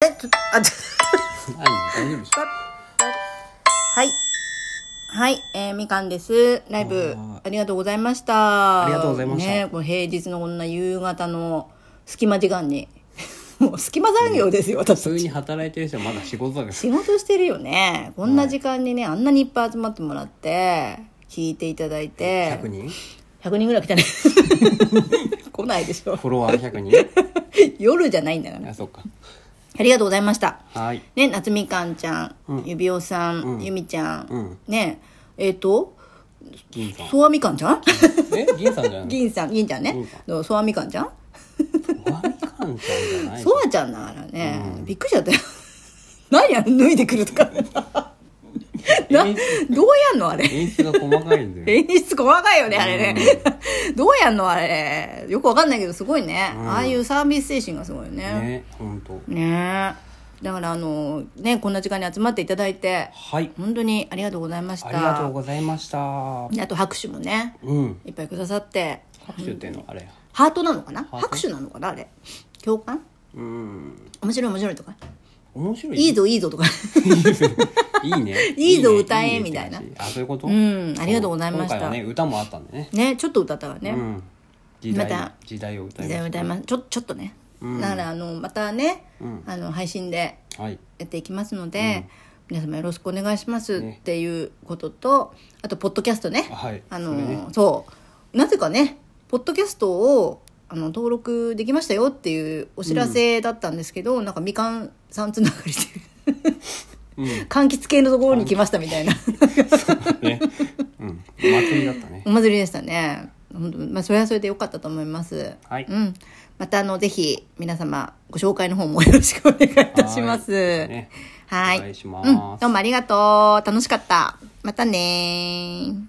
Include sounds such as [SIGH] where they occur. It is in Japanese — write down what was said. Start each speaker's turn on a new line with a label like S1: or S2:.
S1: ちょっと、あ、ちょ
S2: 何大丈夫でしょ
S1: はい。はい、えー、みかんです。ライブ、ありがとうございました。
S2: ありがとうございました
S1: ね、こう平日のこんな夕方の隙間時間に。 [LAUGHS] もう隙間残業ですよ、私た
S2: 普通
S1: ち。
S2: に働いてる人はまだ仕事だから
S1: 仕事してるよね。こんな時間にね、あんなにいっぱい集まってもらって、聞いていただいて
S2: 100。人
S1: 100人ぐらい来た
S2: [LAUGHS]
S1: ね。来ないでしょ。
S2: フォロワー100人
S1: [LAUGHS] 夜じゃないんだからね。
S2: あそっか
S1: ありがとうございました。
S2: はい
S1: ね、夏みかんちゃん、ゆびおさん、ゆみちゃん、
S2: うん
S1: ね、えっ、と、
S2: 銀さん
S1: ソワみかんちゃん
S2: え銀さんじゃない
S1: 銀さん、銀ちゃんね
S2: 銀さ。
S1: ソワみかんちゃん
S2: ワミカンちゃんじゃない
S1: ソワちゃんだからね、びっくりしちゃったよ。 [LAUGHS] 何あれ脱いでくると
S2: [LAUGHS]
S1: か。などう
S2: 演
S1: やんのあれ。
S2: 演出が細かいんだよ
S1: 演出細かいよね、あれね。 [LAUGHS] どうやんのあれ。よくわかんないけど、すごいね、ああいうサービス精神がすごいよね。
S2: ね本当
S1: ねだから、あの、ね、こんな時間に集まっていただいて、
S2: はい
S1: 本当にありがとうございました。
S2: ありがとうございました
S1: あと拍手もね、
S2: うん
S1: いっぱいくださって、
S2: 拍手っていうのあれや
S1: ハートなのかな
S2: ート
S1: 拍手なのかなあれ。共感
S2: うん
S1: 面白い面白いとか。
S2: 面白い
S1: いいぞいいぞとか。 [LAUGHS]
S2: いいね
S1: いいぞ
S2: ね
S1: 歌え
S2: ね
S1: みたいな
S2: って感じあそういうこと
S1: うんありがとうございました
S2: 今回はね歌もあったんでね
S1: ね、ちょっと歌ったからね。
S2: うん時
S1: ま
S2: 代
S1: た
S2: 時代を歌い
S1: じゃあ
S2: ま
S1: 歌います。ちょ、ちょっとね。だから、あの、またね、あの、配信で
S2: したはい [LAUGHS]
S1: やっていきますので、皆様よろしくお願いします
S2: ね
S1: っていうことと、あと、ポッドキャストね。
S2: はい
S1: あ
S2: それね
S1: の、そう。なぜかね、ポッドキャストを、あの登録できましたよっていうお知らせだったんですけど、なんかみかんさんつながりで、 [LAUGHS] 柑橘系のところに来ましたみたい
S2: [LAUGHS]
S1: な
S2: ねうん祭りだったね
S1: お祭りでしたね。本当まあ、それはそれで良かったと思います。
S2: はい
S1: うん。また、あの、ぜひ、皆様、ご紹介の方もよろしくお願いいたします。
S2: はいね
S1: はい。
S2: お願いします
S1: うん。どうもありがとう。楽しかった。またねー